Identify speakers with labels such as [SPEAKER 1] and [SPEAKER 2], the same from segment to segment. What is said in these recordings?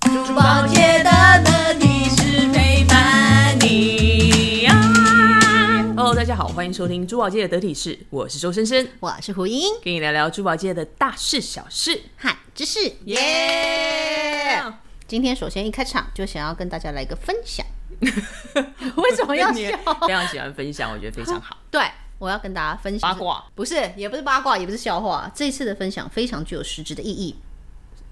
[SPEAKER 1] 珠宝界的乐迪是陪伴你啊。
[SPEAKER 2] Hello，大家好，欢迎收听珠宝界的得体事，我是周深深，
[SPEAKER 1] 我是胡英，
[SPEAKER 2] 跟你聊聊珠宝界的大事小事。
[SPEAKER 1] 嗨，知识耶今天首先一开场就想要跟大家来一个分享，为什么要
[SPEAKER 2] 你
[SPEAKER 1] 笑？
[SPEAKER 2] 非常喜欢分享，我觉得非常好。
[SPEAKER 1] 对，我要跟大家分享
[SPEAKER 2] 八卦，
[SPEAKER 1] 不是，也不是八卦，也不是笑话。这一次的分享非常具有实质的意义，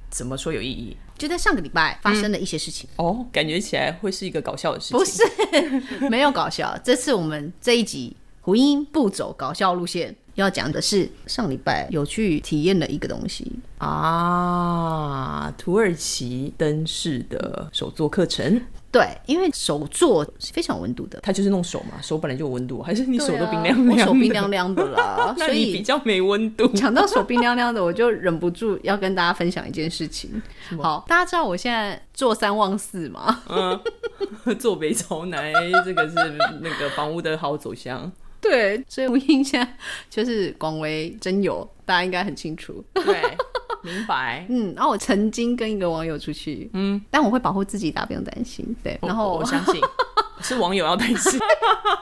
[SPEAKER 2] 怎么说有意义？
[SPEAKER 1] 就在上个礼拜发生了一些事情，
[SPEAKER 2] 哦，感觉起来会是一个搞笑的事情。
[SPEAKER 1] 不是没有搞笑。这次我们这一集胡音不走搞笑路线，要讲的是上礼拜有去体验了一个东西，
[SPEAKER 2] 啊，土耳其灯饰的手作课程，
[SPEAKER 1] 对，因为手作是非常有温度的，
[SPEAKER 2] 它就是弄手嘛，手本来就有温度，还是你手都冰
[SPEAKER 1] 对
[SPEAKER 2] 凉
[SPEAKER 1] 啊
[SPEAKER 2] 凉的？
[SPEAKER 1] 我手冰凉凉的
[SPEAKER 2] ，
[SPEAKER 1] 啦
[SPEAKER 2] 那
[SPEAKER 1] 哦所
[SPEAKER 2] 你比
[SPEAKER 1] 以。
[SPEAKER 2] 较没温度。
[SPEAKER 1] 讲到手冰凉凉的，我就忍不住要跟大家分享一件事情。好，大家知道我现在做三忘四吗？
[SPEAKER 2] 坐北朝南，哎这个是那个房屋的好走 向。
[SPEAKER 1] 对，所以吴英现在就是广为真友，大家应该很清楚。
[SPEAKER 2] 对，明白。
[SPEAKER 1] 嗯，然后我曾经跟一个网友出去，嗯，但我会保护自己，大家不用担心。对，
[SPEAKER 2] 我
[SPEAKER 1] 然
[SPEAKER 2] 我
[SPEAKER 1] 后
[SPEAKER 2] 我相信是网友要 担心，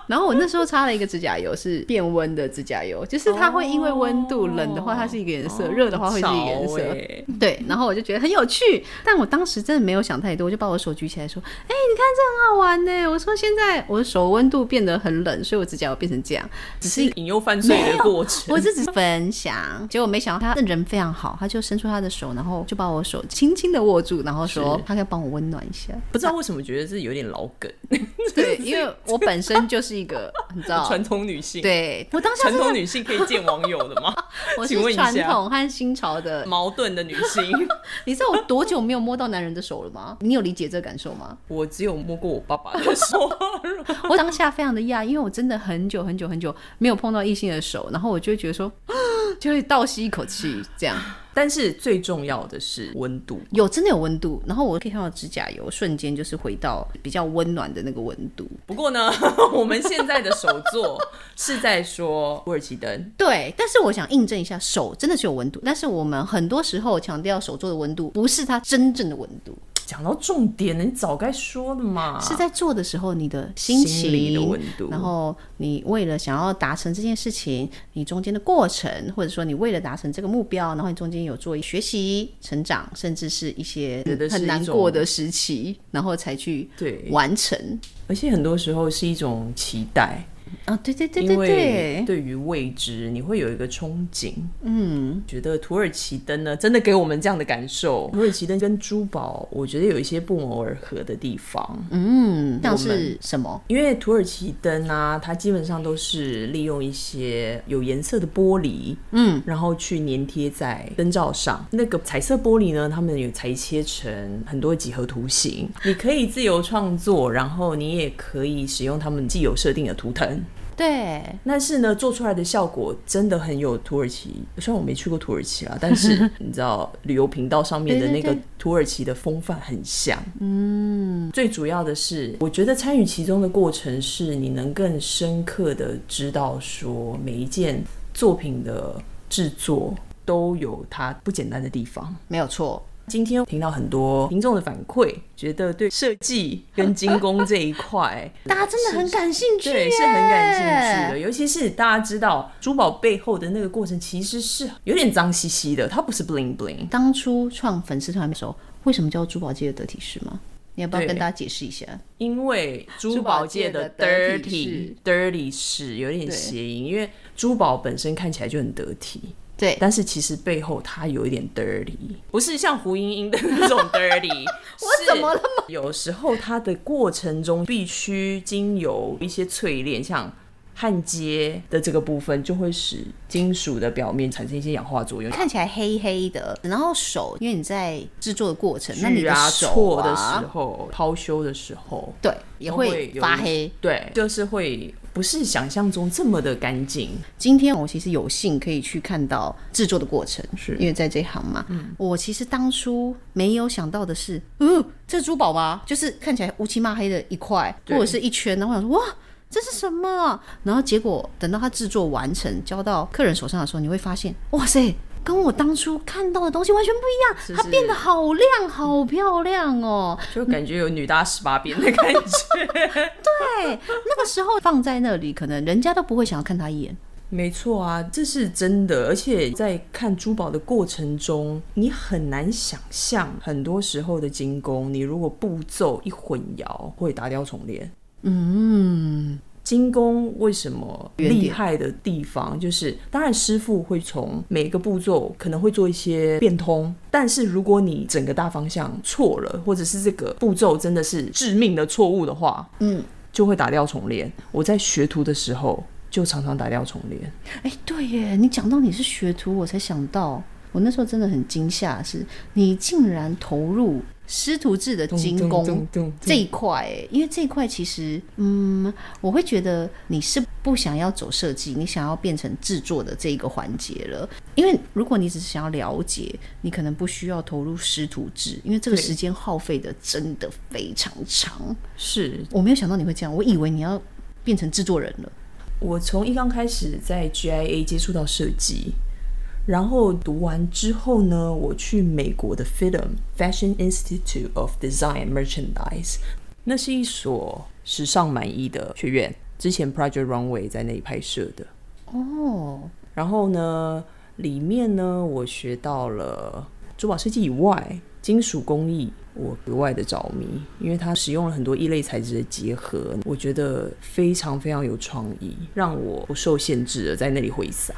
[SPEAKER 1] 然后我那时候擦了一个指甲油，是变温的指甲油，就是它会因为温度，
[SPEAKER 2] 哦
[SPEAKER 1] 冷的话它是一个颜色，热的话会是一个颜
[SPEAKER 2] 少
[SPEAKER 1] 色。
[SPEAKER 2] 欸
[SPEAKER 1] 对，然后我就觉得很有趣，但我当时真的没有想太多，我就把我手举起来说：“哎、你看这很好玩呢。”我说：“现在我的手温度变得很冷，所以我指甲油变 成这样。”
[SPEAKER 2] 只是引诱犯罪的过程。
[SPEAKER 1] 我这只是分享，结果没想到他人非常好，他就伸出他的手，然后就把我手轻轻的握住，然后说他可以帮我温暖一 下。
[SPEAKER 2] 不知道为什么觉得是有点老梗，
[SPEAKER 1] 对，因为我本身就是一个，你知道，
[SPEAKER 2] 传统女性。
[SPEAKER 1] 啊对我当下
[SPEAKER 2] 传
[SPEAKER 1] 真的
[SPEAKER 2] 统女性可以见网友的吗？
[SPEAKER 1] 我
[SPEAKER 2] 请问
[SPEAKER 1] 是
[SPEAKER 2] 一下
[SPEAKER 1] 传统和新潮的。
[SPEAKER 2] 矛盾的女性，
[SPEAKER 1] 你知道我多久没有摸到男人的手了吗？你有理解这感受吗？
[SPEAKER 2] 我只有摸过我爸爸的手，
[SPEAKER 1] 我当下非常的讶异，因为我真的很久很久很久没有碰到异性的手，然后我就会觉得说， 就会倒吸一口气，这样
[SPEAKER 2] 但是最重要的是温度。
[SPEAKER 1] 有真的有温度，然后我可以看到指甲油瞬间就是回到比较温暖的那个温度。
[SPEAKER 2] 不过呢， 我们现在的手作是在说土耳其灯，
[SPEAKER 1] 对，但是我想印证一下，手真的是有温度，但是我们很多时候强调手做的温度，不是它真正的温度，
[SPEAKER 2] 讲到重点了，你早该说的嘛。
[SPEAKER 1] 是在做的时候你的心情
[SPEAKER 2] 啊心里的温度
[SPEAKER 1] 然后你为了想要达成这件事情，你中间的过程，或者说你为了达成这个目标，然后你中间有做学习、成长，甚至是一些
[SPEAKER 2] 觉得是
[SPEAKER 1] 很
[SPEAKER 2] 一
[SPEAKER 1] 难
[SPEAKER 2] 种
[SPEAKER 1] 过的时期，然后才去
[SPEAKER 2] 对，
[SPEAKER 1] 完成。
[SPEAKER 2] 而且很多时候是一种期待，
[SPEAKER 1] 啊，对对对
[SPEAKER 2] 因
[SPEAKER 1] 对
[SPEAKER 2] 为
[SPEAKER 1] 对，
[SPEAKER 2] 对于未知，你会有一个憧憬。嗯，觉得土耳其灯呢，真的给我们这样的感受。土耳其灯跟珠宝，我觉得有一些不谋而合的地方。
[SPEAKER 1] 嗯，像
[SPEAKER 2] 我
[SPEAKER 1] 是什么？
[SPEAKER 2] 因为土耳其灯啊，它基本上都是利用一些有颜色的玻璃，嗯，然后去粘贴在灯罩上。那个彩色玻璃呢，他们有裁切成很多几何图形，你可以自由创作，然后你也可以使用他们既有设定的图腾。
[SPEAKER 1] 对，
[SPEAKER 2] 但是呢，做出来的效果真的很有土耳其。虽然我没去过土耳其啦，但 是你知道旅游频道上面的
[SPEAKER 1] 对
[SPEAKER 2] 那
[SPEAKER 1] 对
[SPEAKER 2] 个
[SPEAKER 1] 对
[SPEAKER 2] 土耳其的风范很像。嗯，最主要的是，我觉得参与其中的过程是你能更深刻的知道说每一件作品的制作都有它不简单的地方。
[SPEAKER 1] 没有错。
[SPEAKER 2] 今天听到很多听众的反馈，觉得对设计跟精工这一块
[SPEAKER 1] 大家真的很感兴趣，
[SPEAKER 2] 对，是很感兴趣的。。尤其是大家知道珠宝背后的那个过程，其实是有点脏兮兮的，它不是 bling bling。
[SPEAKER 1] 当初创粉丝团的时候，为什么叫珠宝界的得体师吗？你要不要
[SPEAKER 2] 对
[SPEAKER 1] 跟大家解释一下？
[SPEAKER 2] 因为珠宝界的
[SPEAKER 1] 珠宝界的 dirty
[SPEAKER 2] dirty dirty 是有点谐音，因为珠宝本身看起来就很得体，
[SPEAKER 1] 对，
[SPEAKER 2] 但是其实背后它有一点 dirty，不是像胡茵茵的那种 dirty 。
[SPEAKER 1] 我怎么了
[SPEAKER 2] 吗？ 有时候它的过程中必须经由一些淬炼，像。焊接的这个部分就会使金属的表面产生一些氧化作用，
[SPEAKER 1] 看起来黑黑的，然后手，因为你在制作的过 程，那你
[SPEAKER 2] 锯
[SPEAKER 1] 的
[SPEAKER 2] 啊、
[SPEAKER 1] 手
[SPEAKER 2] 错
[SPEAKER 1] 啊，
[SPEAKER 2] 的时候、抛修的时候，
[SPEAKER 1] 对，也
[SPEAKER 2] 都
[SPEAKER 1] 会
[SPEAKER 2] 有
[SPEAKER 1] 发
[SPEAKER 2] 一
[SPEAKER 1] 黑。。
[SPEAKER 2] 对，就是会不是想象中这么的干净。
[SPEAKER 1] 今天我其实有幸可以去看到制作的过程，
[SPEAKER 2] 是嗯
[SPEAKER 1] 因为在这一行嘛。我其实当初没有想到的是，嗯，这是珠宝吗？就是看起来乌漆嘛黑的一块或
[SPEAKER 2] 对
[SPEAKER 1] 者是一圈，然后我想说哇。这是什么？然后结果等到它制作完成，交到客人手上的时候，你会发现，哇塞，跟我当初看到的东西完全不一样，
[SPEAKER 2] 是
[SPEAKER 1] 它
[SPEAKER 2] 是
[SPEAKER 1] 变得好亮，好漂亮哦。
[SPEAKER 2] 就感觉有女大十八变的感觉。
[SPEAKER 1] 对，那个时候放在那里，可能人家都不会想要看它一眼。
[SPEAKER 2] 没错啊，这是真的，而且在看珠宝的过程中，你很难想象很多时候的精工，你如果步骤一混淆，会打掉重练。
[SPEAKER 1] 嗯，
[SPEAKER 2] 精工为什么
[SPEAKER 1] 原点
[SPEAKER 2] 厉害的地方，就是当然师傅会从每个步骤可能会做一些变通，但是如果你整个大方向错了，或者是这个步骤真的是致命的错误的话，
[SPEAKER 1] 嗯，
[SPEAKER 2] 就会打掉重练。我在学徒的时候就常常打掉重练。
[SPEAKER 1] 哎、对耶，你讲到你是学徒，我才想到，我那时候真的很惊吓，是你竟然投入师徒制的精工。
[SPEAKER 2] 咚咚咚
[SPEAKER 1] 这一块、欸，因为这一块其实，嗯，我会觉得你是不想要走设计，你想要变成制作的这一个环节了。因为如果你只是想要了解，你可能不需要投入师徒制，因为这个
[SPEAKER 2] 对
[SPEAKER 1] 时间耗费的真的非常长。
[SPEAKER 2] 是
[SPEAKER 1] 我没有想到你会这样，我以为你要变成制作人了。
[SPEAKER 2] 我从一刚开始在 GIA 接触到设计，然后读完之后呢，我去美国的 FIDM Fashion Institute of Design and Merchandise，那是一所时尚满意的学院，之前 Project Runway 在那里拍摄的。
[SPEAKER 1] 哦，
[SPEAKER 2] 然后呢，里面呢，我学到了珠宝设计以外，金属工艺我格外的着迷，因为它使用了很多异类材质的结合，我觉得非常非常有创意，让我不受限制的在那里挥洒。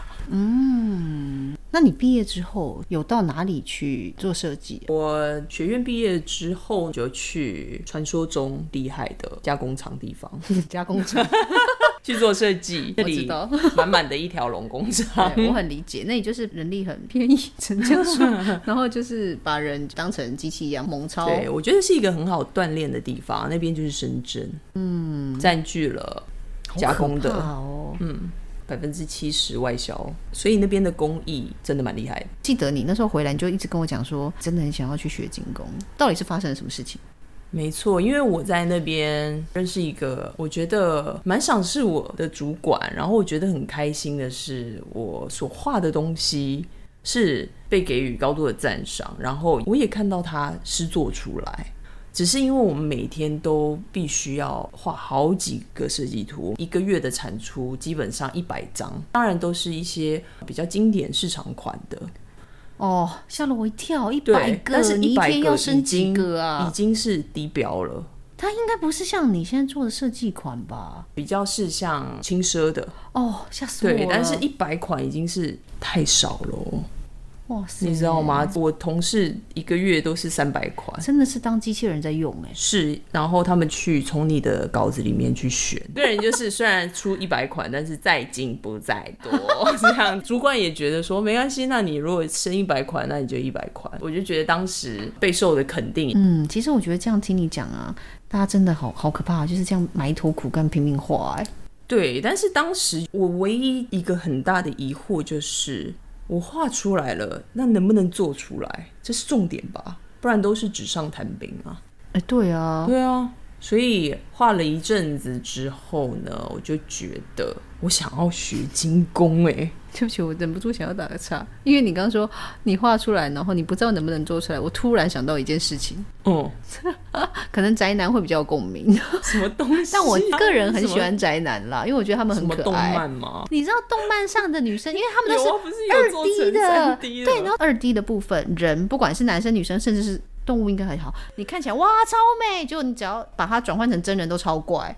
[SPEAKER 1] 那你毕业之后有到哪里去做设计？
[SPEAKER 2] 我学院毕业之后就去传说中厉害的加工厂地方
[SPEAKER 1] 加工厂，
[SPEAKER 2] 去做设计，这
[SPEAKER 1] 我
[SPEAKER 2] 里
[SPEAKER 1] 知道
[SPEAKER 2] 满满的一条龙工 厂。
[SPEAKER 1] 对我很理解，那你就是人力很便宜， 成这样说，然后就是把人当成机器一样猛操。
[SPEAKER 2] 对，我觉得是一个很好锻炼的地方，那边就是深圳，嗯，占据了加工
[SPEAKER 1] 好可
[SPEAKER 2] 的
[SPEAKER 1] 怕哦。
[SPEAKER 2] 百分之七十外销，所以那边的工艺真的蛮厉害的。
[SPEAKER 1] 记得你那时候回来，你就一直跟我讲说，真的很想要去学精工，到底是发生了什么事情？
[SPEAKER 2] 没错，因为我在那边认识一个我觉得蛮赏识我的主管，然后我觉得很开心的是，我所画的东西是被给予高度的赞赏，然后我也看到他诗作出来。只是因为我们每天都必须要画好几个设计图，一个月的产出基本上一百张，当然都是一些比较经典市场款的。
[SPEAKER 1] 哦，吓了我一跳，一
[SPEAKER 2] 对，
[SPEAKER 1] 百个，
[SPEAKER 2] 但是
[SPEAKER 1] 你一
[SPEAKER 2] 100
[SPEAKER 1] 天
[SPEAKER 2] 个
[SPEAKER 1] 要
[SPEAKER 2] 已
[SPEAKER 1] 生几
[SPEAKER 2] 经
[SPEAKER 1] 个
[SPEAKER 2] 已
[SPEAKER 1] 啊？
[SPEAKER 2] 经是低标了。
[SPEAKER 1] 它应该不是像你现在做的设计款吧？
[SPEAKER 2] 比较是像轻奢的，
[SPEAKER 1] 哦，吓死我了！
[SPEAKER 2] 对，但是一百款已经是太少了哦，
[SPEAKER 1] 哇塞，
[SPEAKER 2] 你知道？吗？我同事一个月都是三百款，
[SPEAKER 1] 真的是当机器人在用哎、
[SPEAKER 2] 是，然后他们去从你的稿子里面去选。个人就是虽然出一百款，但是在精不在 多，这样主管也觉得说没关系，那你如果升一百款，那你就一百款。我就觉得当时备受的肯定
[SPEAKER 1] 嗯，其实我觉得这样听你讲啊，大家真的好好可怕，啊就是这样埋头苦干拼命画哎、
[SPEAKER 2] 对，但是当时我唯一一个很大的疑惑就是，我画出来了，那能不能做出来？这是重点吧，不然都是纸上谈兵啊。
[SPEAKER 1] 哎、对啊，
[SPEAKER 2] 对啊，所以画了一阵子之后呢，我就觉得我想要学精工哎、
[SPEAKER 1] 对不起，我忍不住想要打个岔，因为你刚刚说你画出来，然后你不知道能不能做出来，我突然想到一件事情，
[SPEAKER 2] 嗯，
[SPEAKER 1] 可能宅男会比较有共鸣，
[SPEAKER 2] 什么东西啊、
[SPEAKER 1] 但我个人很喜
[SPEAKER 2] 什么
[SPEAKER 1] 欢宅男啦，因为我觉得他们
[SPEAKER 2] 什
[SPEAKER 1] 很
[SPEAKER 2] 么
[SPEAKER 1] 可
[SPEAKER 2] 动
[SPEAKER 1] 爱。
[SPEAKER 2] 漫吗？
[SPEAKER 1] 你知道动漫上的女生，因为他们
[SPEAKER 2] 有
[SPEAKER 1] 都是
[SPEAKER 2] 啊，不是有
[SPEAKER 1] 二
[SPEAKER 2] 做
[SPEAKER 1] D
[SPEAKER 2] 成
[SPEAKER 1] 的
[SPEAKER 2] 三，D
[SPEAKER 1] 对，然后二 D 的部分，人不管是男生女生，甚至是动物应该还好，你看起来哇超美，就你只要把它转换成真人都超 怪，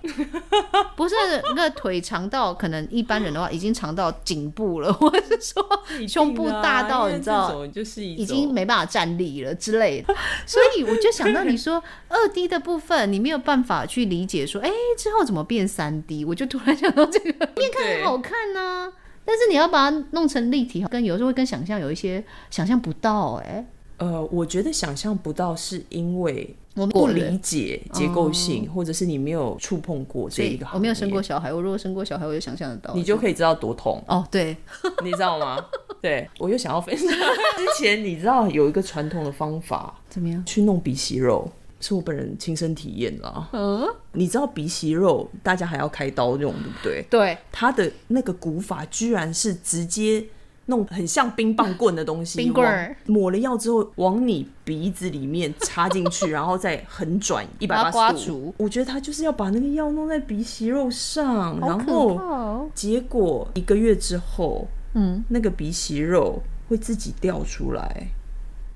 [SPEAKER 1] 不是那个腿长到可能一般人的话已经长到颈部了，或者是说
[SPEAKER 2] 一定的
[SPEAKER 1] 胸部大
[SPEAKER 2] 啊
[SPEAKER 1] 到
[SPEAKER 2] 因为
[SPEAKER 1] 你知道
[SPEAKER 2] 这种就是一
[SPEAKER 1] 已经
[SPEAKER 2] 种
[SPEAKER 1] 没办法站立了之类的， 所以我就想到 你说二 D 的部分，你没有办法去理解说，哎、之后怎么变三 D？我就突然想到这个，面看
[SPEAKER 2] 对
[SPEAKER 1] 很好看呢、但是你要把它弄成立体，跟有时候会跟想象有一些想象不到、哎，
[SPEAKER 2] 呃，我觉得想象不到是因为
[SPEAKER 1] 我们
[SPEAKER 2] 不
[SPEAKER 1] 过人
[SPEAKER 2] 理解结构性，或者是你没有触碰过这
[SPEAKER 1] 所
[SPEAKER 2] 一
[SPEAKER 1] 以
[SPEAKER 2] 个行业，
[SPEAKER 1] 我没有生过小孩，我如果生过小孩，我就想象得到。，
[SPEAKER 2] 你就可以知道多痛
[SPEAKER 1] 哦，对，
[SPEAKER 2] 你知道吗？对，我又想要分 享。之前你知道有一个传统的方法
[SPEAKER 1] 怎么样？
[SPEAKER 2] 去弄鼻息肉，是我本人亲身体验啦。
[SPEAKER 1] 嗯，
[SPEAKER 2] 你知道鼻息肉大家还要开刀用，对不对？
[SPEAKER 1] 对，
[SPEAKER 2] 它的那个古法居然是直接弄很像冰棒棍的东西，
[SPEAKER 1] 冰棍儿
[SPEAKER 2] 往抹了药之后往你鼻子里面插进去，然后再横转一百
[SPEAKER 1] 把它刮
[SPEAKER 2] 八十
[SPEAKER 1] 除
[SPEAKER 2] 度。我觉得他就是要把那个药弄在鼻息肉上，
[SPEAKER 1] 好
[SPEAKER 2] 然
[SPEAKER 1] 可
[SPEAKER 2] 后
[SPEAKER 1] 怕哦。
[SPEAKER 2] 结果一个月之后，
[SPEAKER 1] 嗯，
[SPEAKER 2] 那个鼻息肉会自己掉出来。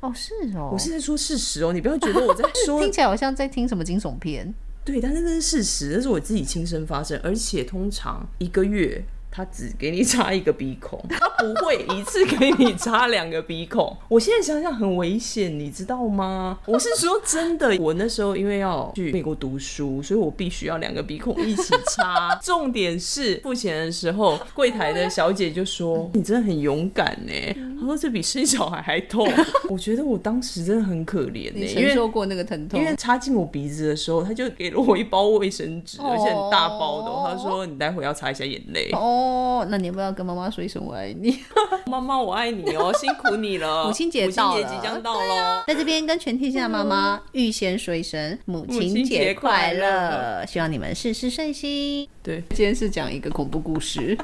[SPEAKER 1] 哦是哦，
[SPEAKER 2] 我是在说事实哦，你不要觉得我在说
[SPEAKER 1] 听起来好像在听什么惊悚片。
[SPEAKER 2] 对，但是这是事实，这是我自己亲身发生，而且通常一个月他只给你插一个鼻孔，他不会一次给你插两个鼻孔。我现在想想很危险，你知道吗？我是说真的，我那时候因为要去美国读书，所以我必须要两个鼻孔一起插。重点是付钱的时候，柜台的小姐就说：“你真的很勇敢呢。”她说：“这比生小孩还痛。” 我觉得我当时真的很可怜
[SPEAKER 1] 你
[SPEAKER 2] 呢，因
[SPEAKER 1] 承
[SPEAKER 2] 为
[SPEAKER 1] 受过那个疼痛？
[SPEAKER 2] 因为插进我鼻子的时候，他就给了我一包卫生纸，
[SPEAKER 1] 哦
[SPEAKER 2] 而且很大包的哦、他说：“你待会要擦一下眼泪。
[SPEAKER 1] 哦，那你要不要跟妈妈说一声我爱你？
[SPEAKER 2] 妈妈，我爱你哦，辛苦你了。
[SPEAKER 1] 母亲节
[SPEAKER 2] 母
[SPEAKER 1] 到
[SPEAKER 2] 亲节
[SPEAKER 1] 了啊
[SPEAKER 2] 即将到喽。
[SPEAKER 1] 在这边跟全天下妈妈预先说一声母嗯亲节快乐，希望你们事事顺心。
[SPEAKER 2] 对，
[SPEAKER 1] 今天是讲一个恐怖故事，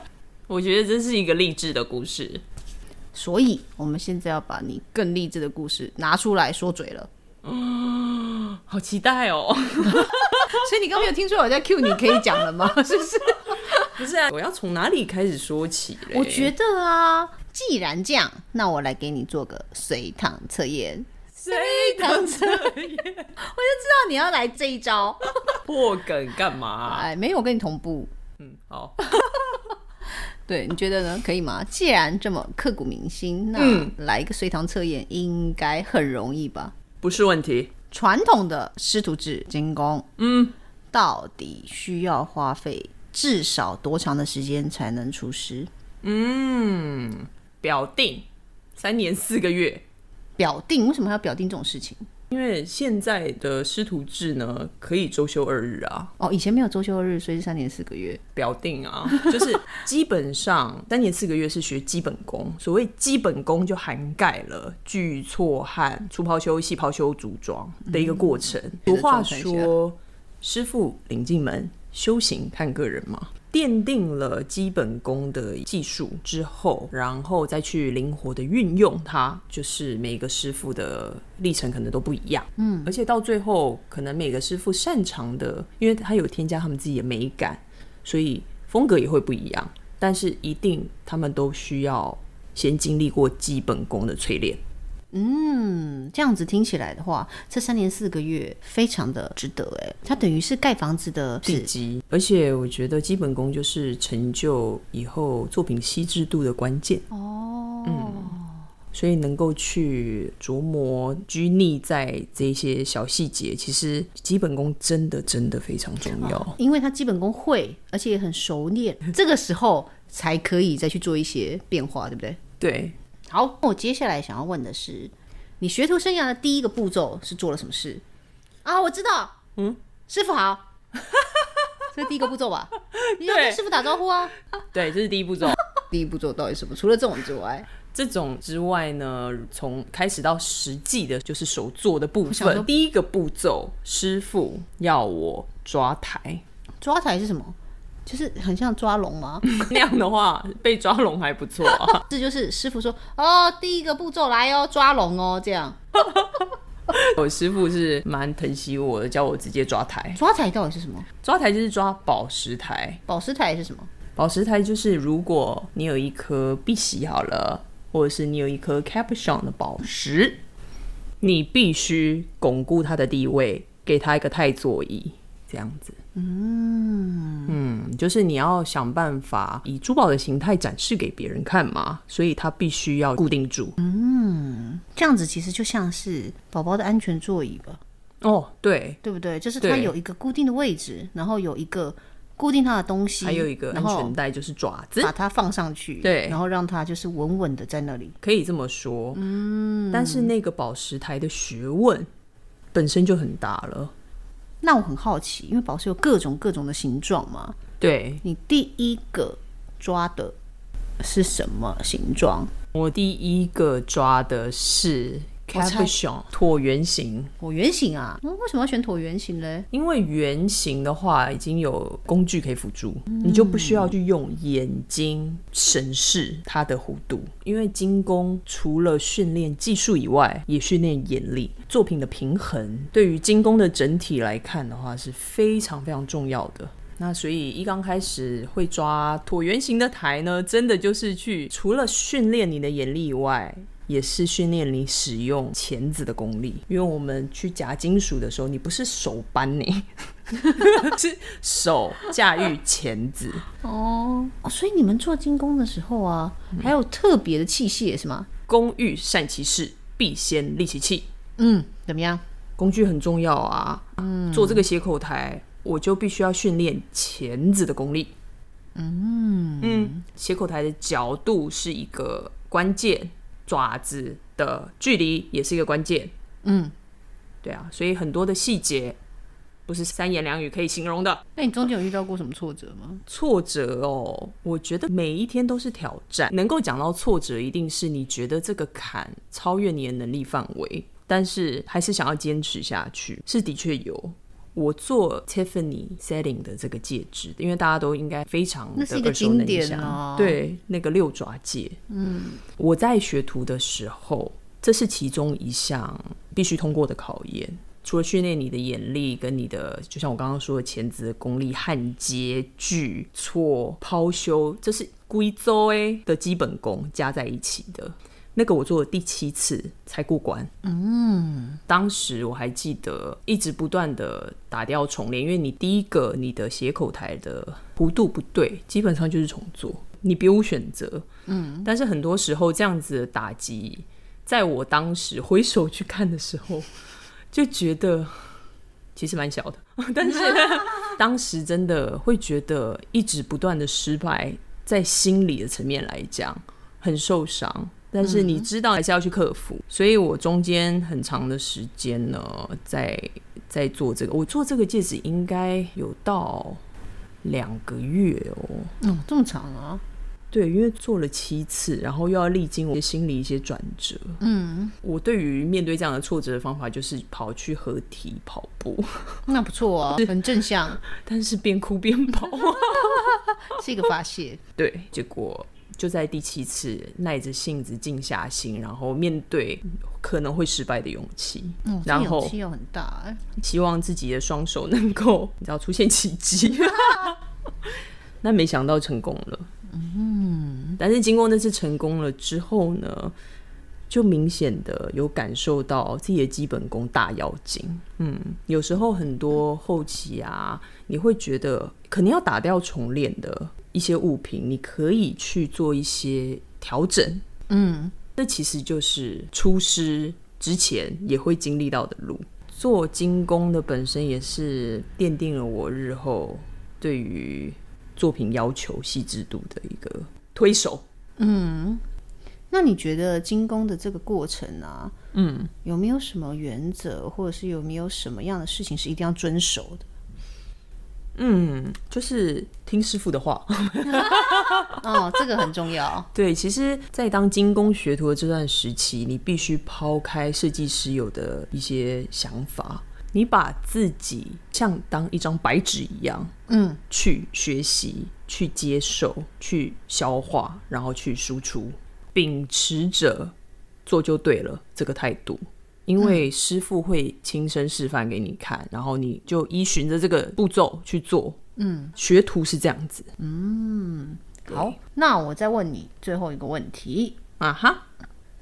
[SPEAKER 2] 我觉得这是一个励志的故事。
[SPEAKER 1] 所以我们现在要把你更励志的故事拿出来说嘴了。
[SPEAKER 2] 好期待哦！
[SPEAKER 1] 所以你刚没有听出来我在 cue 你可以讲了吗？ 是不是？
[SPEAKER 2] 不是啊，我要从哪里开始说起嘞？
[SPEAKER 1] 我觉得啊，既然这样，那我来给你做个随堂测验。
[SPEAKER 2] 谁敢这样
[SPEAKER 1] 我就知道你要来这一招。
[SPEAKER 2] 破梗干嘛、
[SPEAKER 1] 哎，没有我跟你同步。
[SPEAKER 2] 嗯，好，
[SPEAKER 1] 对，你觉得呢？可以吗？既然这么刻骨铭心，那
[SPEAKER 2] 嗯
[SPEAKER 1] 来一个随堂测验应该很容易吧？
[SPEAKER 2] 不是问题。
[SPEAKER 1] 传统的师徒制精工
[SPEAKER 2] 嗯，
[SPEAKER 1] 到底需要花费至少多长的时间才能出师？
[SPEAKER 2] 表定三年四个月。
[SPEAKER 1] 表定为什么还要表定这种事情？
[SPEAKER 2] 因为现在的师徒制呢，可以周休二日啊，
[SPEAKER 1] 哦，以前没有周休二日，所以是三年四个月。
[SPEAKER 2] 表定啊， 就是基本上三年四个月是学基本功。所谓基本功，就涵盖了锯、错、焊、粗抛修、细抛修、组装的一个过程。俗话说，师傅领进门，修行看个人嘛。奠定了基本功的技术之后，然后再去灵活的运用它，就是每个师傅的历程可能都不一样。嗯，而且到最后，可能每个师傅擅长的，因为他有添加他们自己的美感，所以风格也会不一样。但是一定他们都需要先经历过基本功的淬炼。
[SPEAKER 1] 嗯，这样子听起来的话，这三年四个月非常的值得哎，它等于是盖房子的
[SPEAKER 2] 地基，而且我觉得基本功就是成就以后作品稀制度的关键，
[SPEAKER 1] 哦。
[SPEAKER 2] 所以能够去琢磨、拘泥在这些小细节，其实基本功真的真的非常重要。
[SPEAKER 1] 哦因为他基本功会，而且也很熟练，这个时候才可以再去做一些变化，对不对？
[SPEAKER 2] 对，
[SPEAKER 1] 好，那我接下来想要问的是，你学徒生涯的第一个步骤是做了什么事？啊，我知道，嗯，师傅好，这是第一个步骤吧？你要跟
[SPEAKER 2] 对
[SPEAKER 1] 师傅打招呼啊。
[SPEAKER 2] 对，这是第一步骤。
[SPEAKER 1] 第一步骤到底什么？除了这种之外，
[SPEAKER 2] 这种之外呢，从开始到实际的，就是手做的部
[SPEAKER 1] 想说
[SPEAKER 2] 分。第一个步骤，师傅要我抓台，
[SPEAKER 1] 抓台是什么？就是很像抓龙吗？
[SPEAKER 2] 那样的话被抓龙还不错啊。
[SPEAKER 1] 这就是师傅说哦，第一个步骤来哦，抓龙哦，这样
[SPEAKER 2] 我师傅是蛮疼惜我的，叫我直接抓台。
[SPEAKER 1] 抓台到底是什么？
[SPEAKER 2] 抓台就是抓宝石台，
[SPEAKER 1] 宝石台是什么？
[SPEAKER 2] 宝石台就是如果你有一颗碧玺好了，或者是你有一颗 capuchon 的宝石，你必须巩固它的地位，给它一个太座椅，这样子。嗯嗯，就是你要想办法以珠宝的形态展示给别人看嘛，所以它必须要固定住。
[SPEAKER 1] 这样子其实就像是宝宝的安全座椅吧，
[SPEAKER 2] 哦，对，
[SPEAKER 1] 对不对？就是它
[SPEAKER 2] 对
[SPEAKER 1] 有一个固定的位置，然后有一个固定它的东西，
[SPEAKER 2] 还有一个安
[SPEAKER 1] 然后
[SPEAKER 2] 全带就是爪子，
[SPEAKER 1] 把它放上去，
[SPEAKER 2] 对
[SPEAKER 1] 然后让它就是稳稳的在那里。
[SPEAKER 2] 可以这么说。嗯，但是那个宝石台的学问本身就很大了。
[SPEAKER 1] 那我很好奇，因为宝石有各种各种的形状嘛，
[SPEAKER 2] 对
[SPEAKER 1] 你第一个抓的是什么形状？
[SPEAKER 2] 我第一个抓的是
[SPEAKER 1] 我猜
[SPEAKER 2] capuchon 椭圆形，
[SPEAKER 1] 椭圆形啊、嗯，为什么要选椭圆形嘞？
[SPEAKER 2] 因为圆形的话已经有工具可以辅助，
[SPEAKER 1] 嗯
[SPEAKER 2] 你就不需要去用眼睛审视它的弧度。因为精工除了训练技术以外，也训练眼力。作品的平衡对于精工的整体来看的话是非常非常重要的。那所以一刚开始会抓椭圆形的台呢，真的就是去除了训练你的眼力以外。也是训练你使用钳子的功力，因为我们去夹金属的时候，你不是手扳你， 是手驾驭钳子。
[SPEAKER 1] 哦，哦所以你们做精工的时候啊，还有特别的器械是吗？
[SPEAKER 2] 工欲善其事，必先利其器。
[SPEAKER 1] 嗯，怎么样？
[SPEAKER 2] 工具很重要啊。嗯，做这个斜口台，我就必须要训练钳子的功力。嗯嗯，斜口台的角度是一个关键。爪子的距离也是一个关键。
[SPEAKER 1] 嗯，
[SPEAKER 2] 对啊，所以很多的细节不是三言两语可以形容的。
[SPEAKER 1] 那你中间有遇到过什么挫折吗？
[SPEAKER 2] 挫折哦，我觉得每一天都是挑战。能够讲到挫折，一定是你觉得这个坎超越你的能力范围，但是还是想要坚持下去，是的确有。我做 Tiffany setting 的这个戒指，因为大家都应该非常
[SPEAKER 1] 那
[SPEAKER 2] 的
[SPEAKER 1] 是一个
[SPEAKER 2] 耳熟能
[SPEAKER 1] 经典
[SPEAKER 2] 详，
[SPEAKER 1] 哦
[SPEAKER 2] 对，那个六爪戒。嗯，我在学徒的时候，这是其中一项必须通过的考验。除了训练你的眼力跟你的，就像我刚刚说的钳子的功力、焊接、锯、错、抛修，这是规周诶的基本功加在一起的。那个我做了第七次才过关。嗯当时我还记得，一直不断的打掉重练，因为你第一个你的斜口台的弧度不对，基本上就是重做，你别无选择。嗯，但是很多时候这样子的打击，在我当时回首去看的时候， 就觉得其实蛮小的， 但是当时真的会觉得一直不断的失败，在心理的层面来讲很受伤，但是你知道还是要去克服，所以我中间很长的时间呢，在在做这个，我做这个戒指应该有到两个月哦，
[SPEAKER 1] 嗯，这么长啊？
[SPEAKER 2] 对，因为做了七次，然后又要历经我的心理一些转折。嗯，我对于面对这样的挫折的方法就是跑去合体跑步，
[SPEAKER 1] 那不错 啊，很正向，
[SPEAKER 2] 但是边哭边跑。
[SPEAKER 1] 是一个发泄。
[SPEAKER 2] 对，结果就在第七次耐着性子静下心，然后面对可能会失败的勇气，
[SPEAKER 1] 嗯，这
[SPEAKER 2] 然
[SPEAKER 1] 勇
[SPEAKER 2] 后
[SPEAKER 1] 气又很大哎、
[SPEAKER 2] 希望自己的双手能够你知道出现奇迹。 那没想到成功了，嗯，但是经过那次成功了之后呢，就明显的有感受到自己的基本功大要紧。嗯，有时候很多后期啊，你会觉得可能要打掉重练的一些物品，你可以去做一些调整。
[SPEAKER 1] 嗯，
[SPEAKER 2] 这其实就是出师之前也会经历到的路。做精工的本身也是奠定了我日后对于作品要求细致度的一个推手。
[SPEAKER 1] 那你觉得精工的这个过程啊，嗯，有没有什么原则，或者是有没有什么样的事情是一定要遵守的？
[SPEAKER 2] 嗯，就是听师傅的话。
[SPEAKER 1] 哦，这个很重要。
[SPEAKER 2] 对，其实，在当精工学徒的这段时期，你必须抛开设计师有的一些想法，你把自己像当一张白纸一样，
[SPEAKER 1] 嗯，
[SPEAKER 2] 去学习、去接受、去消化，然后去输出，秉持着做就对了这个态度。因
[SPEAKER 1] 嗯
[SPEAKER 2] 为师傅会亲身示范给你看，然后你就依循着这个步骤去做。嗯，学徒是这样子
[SPEAKER 1] 嗯好， 那我再问你最后一个问题，
[SPEAKER 2] 啊哈。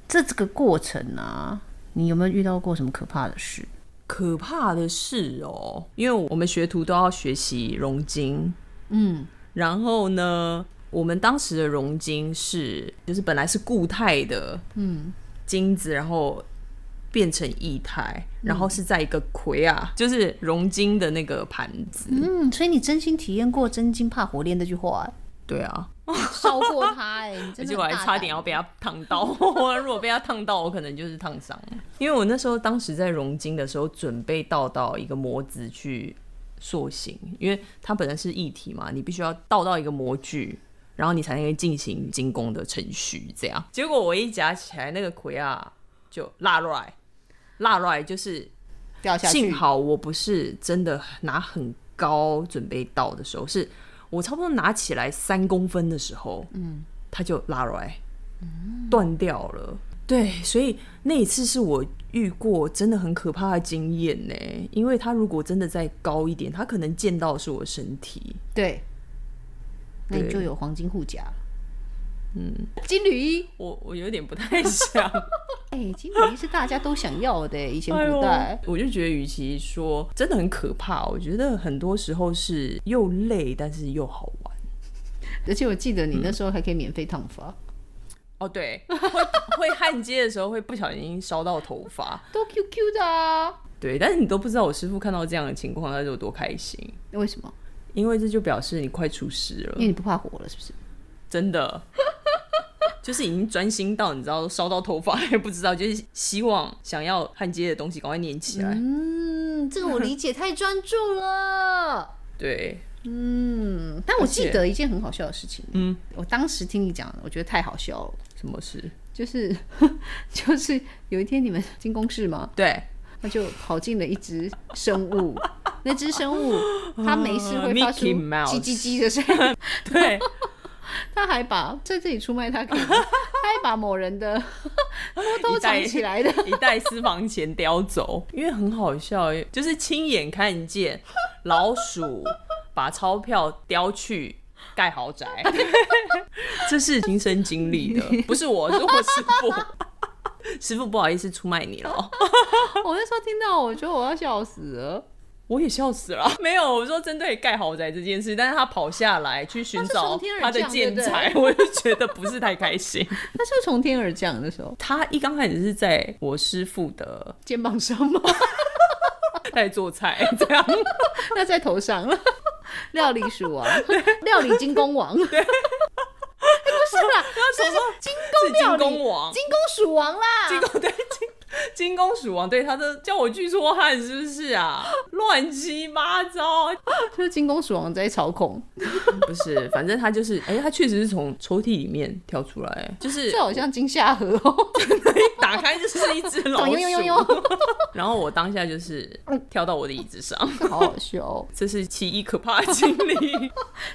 [SPEAKER 1] 这这个过程啊，你有没有遇到过什么可怕的事？
[SPEAKER 2] 可怕的是哦，因为我们学徒都要学习熔金，
[SPEAKER 1] 嗯，
[SPEAKER 2] 然后呢，我们当时的熔金是就是本来是固态的，嗯，金子，然后变成液态，然后是在一个葵啊，就是熔金的那个盘子，
[SPEAKER 1] 嗯，所以你真心体验过“真金怕火炼”这句话、
[SPEAKER 2] 对啊，
[SPEAKER 1] 烧过它哎、你
[SPEAKER 2] 而
[SPEAKER 1] 真
[SPEAKER 2] 且
[SPEAKER 1] 的
[SPEAKER 2] 我还差点要
[SPEAKER 1] 欸
[SPEAKER 2] 被他烫到， 如果被他烫到，我可能就是烫伤了。因为我那时候当时在熔金的时候，准备倒到一个模子去塑形，因为它本来是液体嘛，你必须要倒到一个模具，然后你才能进行精工的程序。这样，结果我一夹起来，那个葵啊就拉出来，落下来就是
[SPEAKER 1] 掉下去。
[SPEAKER 2] 幸好我不是真的拿很高准备倒的时候，是我差不多拿起来三公分的时候，嗯，它就拉来，断掉了。对，所以那一次是我遇过真的很可怕的经验呢，因为它如果真的再高一点，它可能溅到的是我的身体。
[SPEAKER 1] 对，那你
[SPEAKER 2] 对
[SPEAKER 1] 就有黄金护甲了。嗯，金缕衣，
[SPEAKER 2] 我我有点不太 想，
[SPEAKER 1] 哎、金缕衣是大家都想 要的、以前
[SPEAKER 2] 哎
[SPEAKER 1] 古
[SPEAKER 2] 呦
[SPEAKER 1] 代。
[SPEAKER 2] 我就觉得，与其说真的很可怕，我觉得很多时候是又累，但是又好玩。
[SPEAKER 1] 而且我记得你那时候还可以免费 烫发，
[SPEAKER 2] 哦，对，会会焊接的时候会不小心烧到头发，
[SPEAKER 1] 都 QQ 的啊？
[SPEAKER 2] 对，但是你都不知道我师傅看到这样的情况他有多开心，
[SPEAKER 1] 为什么？
[SPEAKER 2] 因为这就表示你快出师
[SPEAKER 1] 因为
[SPEAKER 2] 了，
[SPEAKER 1] 你不怕火了，是不是？
[SPEAKER 2] 真的， 就是已经专心到你知道烧到头发还不知道，就是希望想要焊接的东西赶快粘起来，
[SPEAKER 1] 嗯，这个我理解，太专注 了。
[SPEAKER 2] 对，
[SPEAKER 1] 嗯，但我记
[SPEAKER 2] 而且
[SPEAKER 1] 得一件很好笑的事情，
[SPEAKER 2] 嗯，
[SPEAKER 1] 我当时听你讲，我觉得太好笑了。
[SPEAKER 2] 什么事？
[SPEAKER 1] 就是 就是有一天你们进公室嘛，
[SPEAKER 2] 对，
[SPEAKER 1] 他就跑进了一只生 物，那只生物它没事会发出
[SPEAKER 2] 啊 Mickey Mouse
[SPEAKER 1] 叽叽叽的声音，
[SPEAKER 2] 对，
[SPEAKER 1] 它还把在这里出卖它可以 吗，它还把某人的 偷偷藏起来的。
[SPEAKER 2] 一袋私房钱叼走，因为很好笑，就是亲眼看见老鼠把钞票叼去盖豪宅， 这是亲身经历的，不是我，是我师傅。师傅不 好意思出卖你了，
[SPEAKER 1] 我那时候听到，我觉得我要笑死了。
[SPEAKER 2] 我也笑死了。没有，我说针对盖豪宅这件事，但是他跑下来去寻
[SPEAKER 1] 他是
[SPEAKER 2] 找
[SPEAKER 1] 从天而
[SPEAKER 2] 他的
[SPEAKER 1] 降
[SPEAKER 2] 建
[SPEAKER 1] 对不对
[SPEAKER 2] 材，我就觉得不是太开心。
[SPEAKER 1] 它是不是从天而降的 时候，
[SPEAKER 2] 他一刚开始是在我师傅的
[SPEAKER 1] 肩膀上吗？
[SPEAKER 2] 在做菜这样。
[SPEAKER 1] 那在 头上了。料理鼠王，料理精工王， 哎不是啦，
[SPEAKER 2] 他想说
[SPEAKER 1] 精
[SPEAKER 2] 是金
[SPEAKER 1] 工料理
[SPEAKER 2] 工王，
[SPEAKER 1] 精工鼠王啦，
[SPEAKER 2] 金工对金金工鼠王，对他的叫我巨戳汉是不是 啊？乱七八糟，
[SPEAKER 1] 就是精工鼠王在操控，
[SPEAKER 2] 嗯不是，反正他就是，哎、他确实是从抽屉里面跳出来， 就是
[SPEAKER 1] 这好像金夏河哦，
[SPEAKER 2] 一打开就是一只 老
[SPEAKER 1] 呦呦呦呦
[SPEAKER 2] 鼠，然后我当下就是跳到我的椅子上。
[SPEAKER 1] 好好笑哦。
[SPEAKER 2] 这是其一可怕的经 历，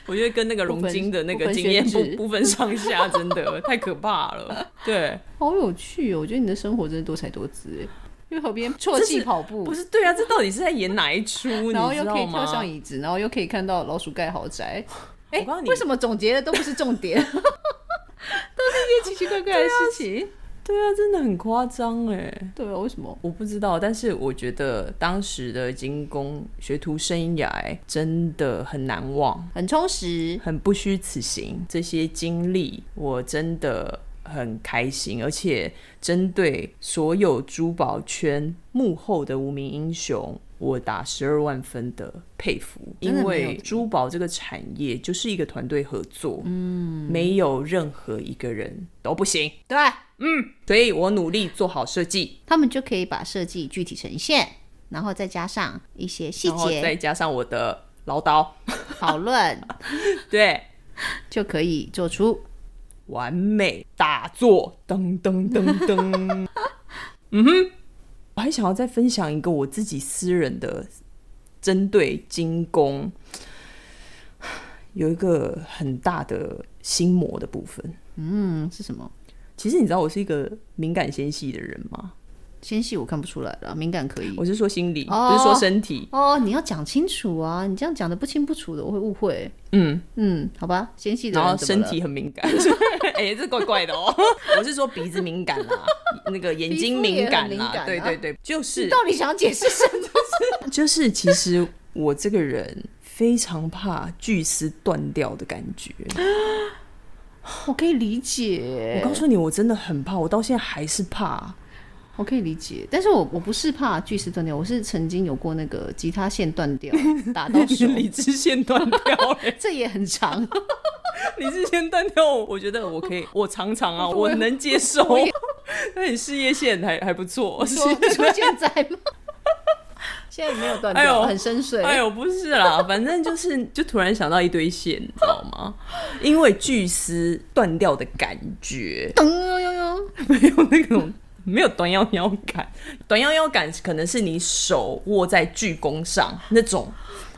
[SPEAKER 2] 我觉得跟那个
[SPEAKER 1] 不
[SPEAKER 2] 龙
[SPEAKER 1] 分
[SPEAKER 2] 筋的那
[SPEAKER 1] 不
[SPEAKER 2] 个
[SPEAKER 1] 分
[SPEAKER 2] 经验不
[SPEAKER 1] 轩轾
[SPEAKER 2] 不分上下，真的太可怕了。对，
[SPEAKER 1] 好有趣哦！我觉得你的生活真的多才多姿哎，因为河 边啜
[SPEAKER 2] 这
[SPEAKER 1] 泣
[SPEAKER 2] 是
[SPEAKER 1] 跑步，
[SPEAKER 2] 不是对啊，这到底是在演哪一出？你知
[SPEAKER 1] 然
[SPEAKER 2] 道
[SPEAKER 1] 后又可以
[SPEAKER 2] 吗？
[SPEAKER 1] 跳上椅子，然后又可以看到老鼠盖豪宅。哎、
[SPEAKER 2] 我告诉你
[SPEAKER 1] 为什么总结的都不是重点， 都是一些奇奇怪怪的事情？
[SPEAKER 2] 对啊，真的很夸张哎。
[SPEAKER 1] 对啊，为什么？
[SPEAKER 2] 我不知道，但是我觉得当时的精工学徒生涯哎真的很难忘，
[SPEAKER 1] 很充实，
[SPEAKER 2] 很不虚此行。这些经历我真的很开心，而且针对所有珠宝圈幕后的无名英雄，我打十二万分的佩服，
[SPEAKER 1] 真
[SPEAKER 2] 因
[SPEAKER 1] 的没有
[SPEAKER 2] 为珠宝这个产业就是一个团队合作，嗯，没有任何一个人都不行，
[SPEAKER 1] 对，
[SPEAKER 2] 所以我努力做好设计。
[SPEAKER 1] 他们就可以把设计具体呈现，然后再加上一些细
[SPEAKER 2] 然后
[SPEAKER 1] 节
[SPEAKER 2] 再加上我的唠叨，
[SPEAKER 1] 讨论，
[SPEAKER 2] 对，
[SPEAKER 1] 就可以做出
[SPEAKER 2] 完美打坐，噔噔噔噔。嗯哼，我还想要再分享一个我自己私人的，针对精工有一个很大的心魔的部分。
[SPEAKER 1] 嗯是什么？
[SPEAKER 2] 其实你知道我是一个敏感纤细的人吗？
[SPEAKER 1] 纤细我看不出来了，敏感可以。
[SPEAKER 2] 我是说心理，
[SPEAKER 1] 哦
[SPEAKER 2] 不是说身体。
[SPEAKER 1] 哦，你要讲清楚啊！你这样讲的不清不楚的，我会误会。
[SPEAKER 2] 嗯，
[SPEAKER 1] 嗯，好吧，纤细的
[SPEAKER 2] 然
[SPEAKER 1] 人
[SPEAKER 2] 后
[SPEAKER 1] 怎么
[SPEAKER 2] 身
[SPEAKER 1] 了
[SPEAKER 2] 体很敏感， 哎、这怪怪的哦。 我是说鼻子敏感啦，那个眼睛敏感
[SPEAKER 1] 皮肤也很敏
[SPEAKER 2] 啦，
[SPEAKER 1] 感啊
[SPEAKER 2] 对对对，就是
[SPEAKER 1] 你到底想解释什么？
[SPEAKER 2] 就是其实我这个人非常怕巨丝断掉的感觉。
[SPEAKER 1] 我可以理
[SPEAKER 2] 我
[SPEAKER 1] 解，
[SPEAKER 2] 告诉你，我真的很怕，我到现在还是 怕。
[SPEAKER 1] 我可以理解，但是我我不是怕巨石断掉，我是曾经有过那个吉他线断 掉，打到手，
[SPEAKER 2] 理智线断 掉嘞，
[SPEAKER 1] 这也 很长。
[SPEAKER 2] 理智线断掉，我觉得我可以，我常常 啊，我能接受。那你事业线还还不错，
[SPEAKER 1] 你说
[SPEAKER 2] 事业
[SPEAKER 1] 你说现在吗？ 现在也没有断
[SPEAKER 2] 哎
[SPEAKER 1] 掉，
[SPEAKER 2] 呦
[SPEAKER 1] 很深邃。
[SPEAKER 2] 哎呦，不是啦，反正就是就突然想到一堆线，你知道吗？因为巨丝断掉的感觉，
[SPEAKER 1] 噔呦呦呦，
[SPEAKER 2] 没有那种没有短腰腰感， 短腰腰感可能是你手握在巨弓上那种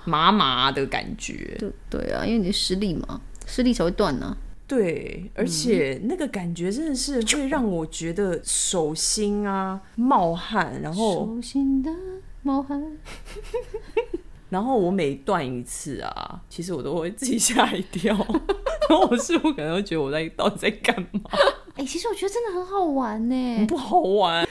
[SPEAKER 2] 麻麻的感觉。
[SPEAKER 1] 对对啊，因为你失力嘛，失力才会断啊呢、
[SPEAKER 2] 对，而且那个感觉真的是会让我觉得手心啊冒汗，然后
[SPEAKER 1] 手心的冒汗，
[SPEAKER 2] 然后我每断一次啊，其实我都会自己吓一跳， 然后我师傅可能会觉得我在到底在干嘛，
[SPEAKER 1] 哎、其实我觉得真的很好玩呢、
[SPEAKER 2] 不好玩。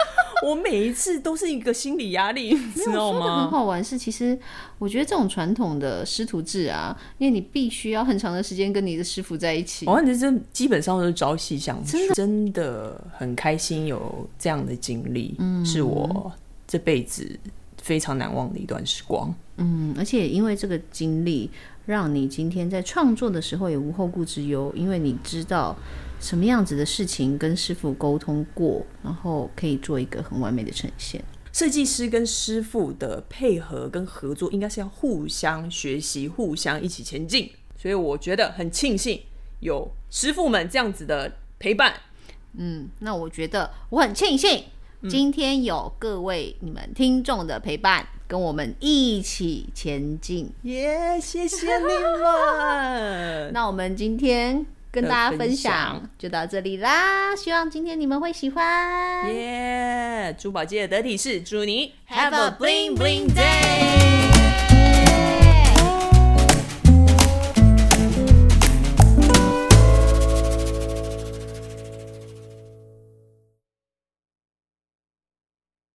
[SPEAKER 2] 我每一次都是一个心理压力，你
[SPEAKER 1] 没
[SPEAKER 2] 知
[SPEAKER 1] 有
[SPEAKER 2] 道
[SPEAKER 1] 说的很
[SPEAKER 2] 吗？
[SPEAKER 1] 好玩是，其实我觉得这种传统的师徒制啊，因为你必须要很长的时间跟你的师傅在一起，
[SPEAKER 2] 我感觉这哦基本上都是朝夕相处，真的很开心有这样的经历，是我这辈子非常难忘的一段时光。
[SPEAKER 1] 嗯，而且也因为这个经历，让你今天在创作的时候也无后顾之忧，因为你知道什么样子的事情跟师傅沟通过，然后可以做一个很完美的呈现。
[SPEAKER 2] 设计师跟师傅的配合跟合作，应该是要互相学习、互相一起前进。所以我觉得很庆幸有师傅们这样子的陪伴。
[SPEAKER 1] 嗯，那我觉得我很庆幸今天有各位你们听众的陪伴，跟我们一起前进。
[SPEAKER 2] 耶、谢谢你们！
[SPEAKER 1] 那我们今天跟
[SPEAKER 2] 的
[SPEAKER 1] 大家分
[SPEAKER 2] 分
[SPEAKER 1] 享
[SPEAKER 2] 享
[SPEAKER 1] 就到这里啦，希望今天你们会喜欢。
[SPEAKER 2] 耶、珠宝界的得体是祝你
[SPEAKER 1] Have a bling bling day。